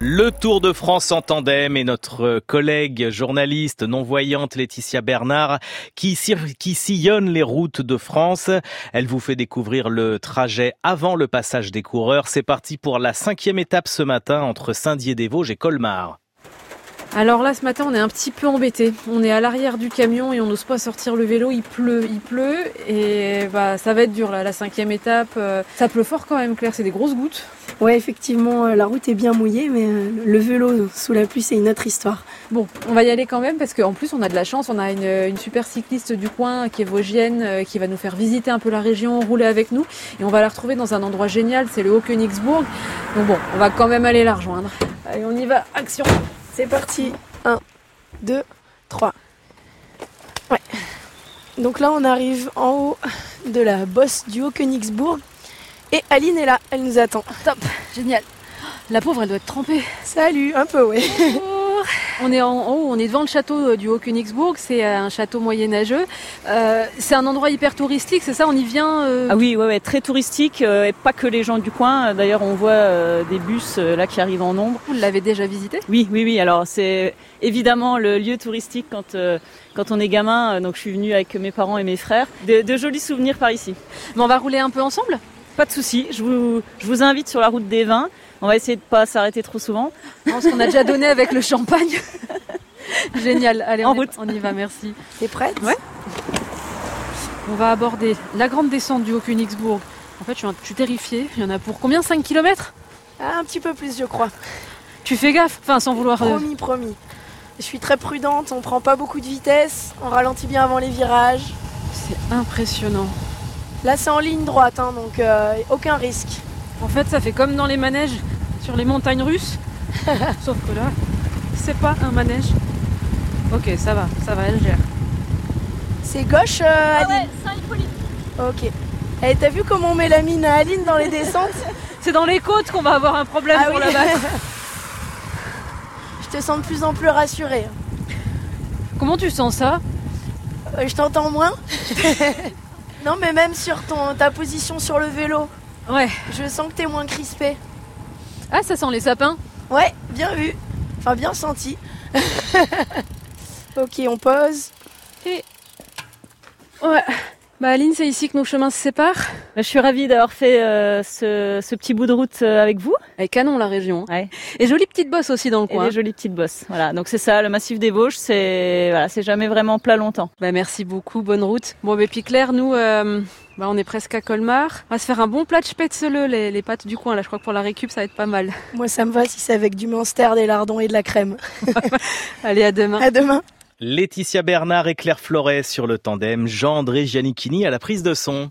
Le Tour de France en tandem et notre collègue journaliste non-voyante Laetitia Bernard qui, sir- qui sillonne les routes de France. Elle vous fait découvrir le trajet avant le passage des coureurs. C'est parti pour la cinquième étape ce matin entre Saint-Dié-des-Vosges et Colmar. Alors là, ce matin, on est un petit peu embêté. On est à l'arrière du camion et on n'ose pas sortir le vélo. Il pleut, il pleut et bah ça va être dur là. La cinquième étape, euh, ça pleut fort quand même, Claire. C'est des grosses gouttes. Ouais, effectivement, euh, la route est bien mouillée, mais euh, le vélo sous la pluie, c'est une autre histoire. Bon, on va y aller quand même parce qu'en plus, on a de la chance. On a une, une super cycliste du coin qui est vosgienne, euh, qui va nous faire visiter un peu la région, rouler avec nous et on va la retrouver dans un endroit génial. C'est le Haut Königsbourg. Donc bon, on va quand même aller la rejoindre. Allez, on y va. Action. C'est parti 1, 2, 3. Ouais. Donc là, on arrive en haut de la bosse du Haut-Königsbourg. Et Aline est là, elle nous attend. Top, génial. La pauvre, elle doit être trempée. Salut, un peu, ouais. On est en haut, on est devant le château euh, du Haut-Königsbourg, c'est euh, un château moyenâgeux. Euh, c'est un endroit hyper touristique, c'est ça, on y vient euh, Ah oui, ouais, ouais, très touristique, euh, et pas que les gens du coin. D'ailleurs, on voit euh, des bus euh, là qui arrivent en nombre. Vous l'avez déjà visité Oui, oui, oui. Alors, c'est évidemment le lieu touristique quand euh, quand on est gamin. Euh, Donc, je suis venue avec mes parents et mes frères. De, de jolis souvenirs par ici. Mais on va rouler un peu ensemble Pas de souci. Je vous je vous invite sur la route des vins. On va essayer de pas s'arrêter trop souvent. Je pense qu'on a déjà donné avec le champagne. Génial, allez, En on, y- route. on y va, merci. T'es prête Ouais. On va aborder la grande descente du Haut-Königsbourg. En fait, je suis, un- je suis terrifiée, il y en a pour combien 5 km Ah, un petit peu plus, je crois. Tu fais gaffe, enfin sans vouloir... euh, Promis, promis. Je suis très prudente, on prend pas beaucoup de vitesse, on ralentit bien avant les virages. C'est impressionnant. Là, c'est en ligne droite, hein, donc euh, aucun risque. En fait, ça fait comme dans les manèges sur les montagnes russes. Sauf que là, c'est pas un manège. Ok, ça va, ça va, elle gère. C'est gauche, euh, Aline Ok. Et t'as vu comment on met la mine à Aline dans les descentes C'est dans les côtes qu'on va avoir un problème pour la vache. Je te sens de plus en plus rassurée. Comment tu sens ça Euh, je t'entends moins. non, mais même sur ton, ta position sur le vélo, Ouais. je sens que t'es moins crispée. Ah, ça sent les sapins Ouais, bien vu. Enfin, bien senti. ok, on pose. Ouais. Bah Aline, c'est ici que nos chemins se séparent. Je suis ravie d'avoir fait euh, ce, ce petit bout de route euh, avec vous. Elle est canon la région. hein. Ouais. Et jolie petite bosse aussi dans le Et coin. hein. des jolies petites bosses. Voilà. Donc, c'est ça. Le massif des Vosges, c'est voilà, c'est jamais vraiment plat longtemps. Bah merci beaucoup, bonne route. Bon, bah, puis Claire, nous, euh, bah, on est presque à Colmar. On va se faire un bon plat de spätzle, les, les pâtes du coin. Là, je crois que pour la récup, ça va être pas mal. Moi, ça me va si c'est avec du monster, des lardons et de la crème. Allez, à demain. À demain. Laetitia Bernard et Claire Floret sur le tandem, Gendre et Giannichini à la prise de son.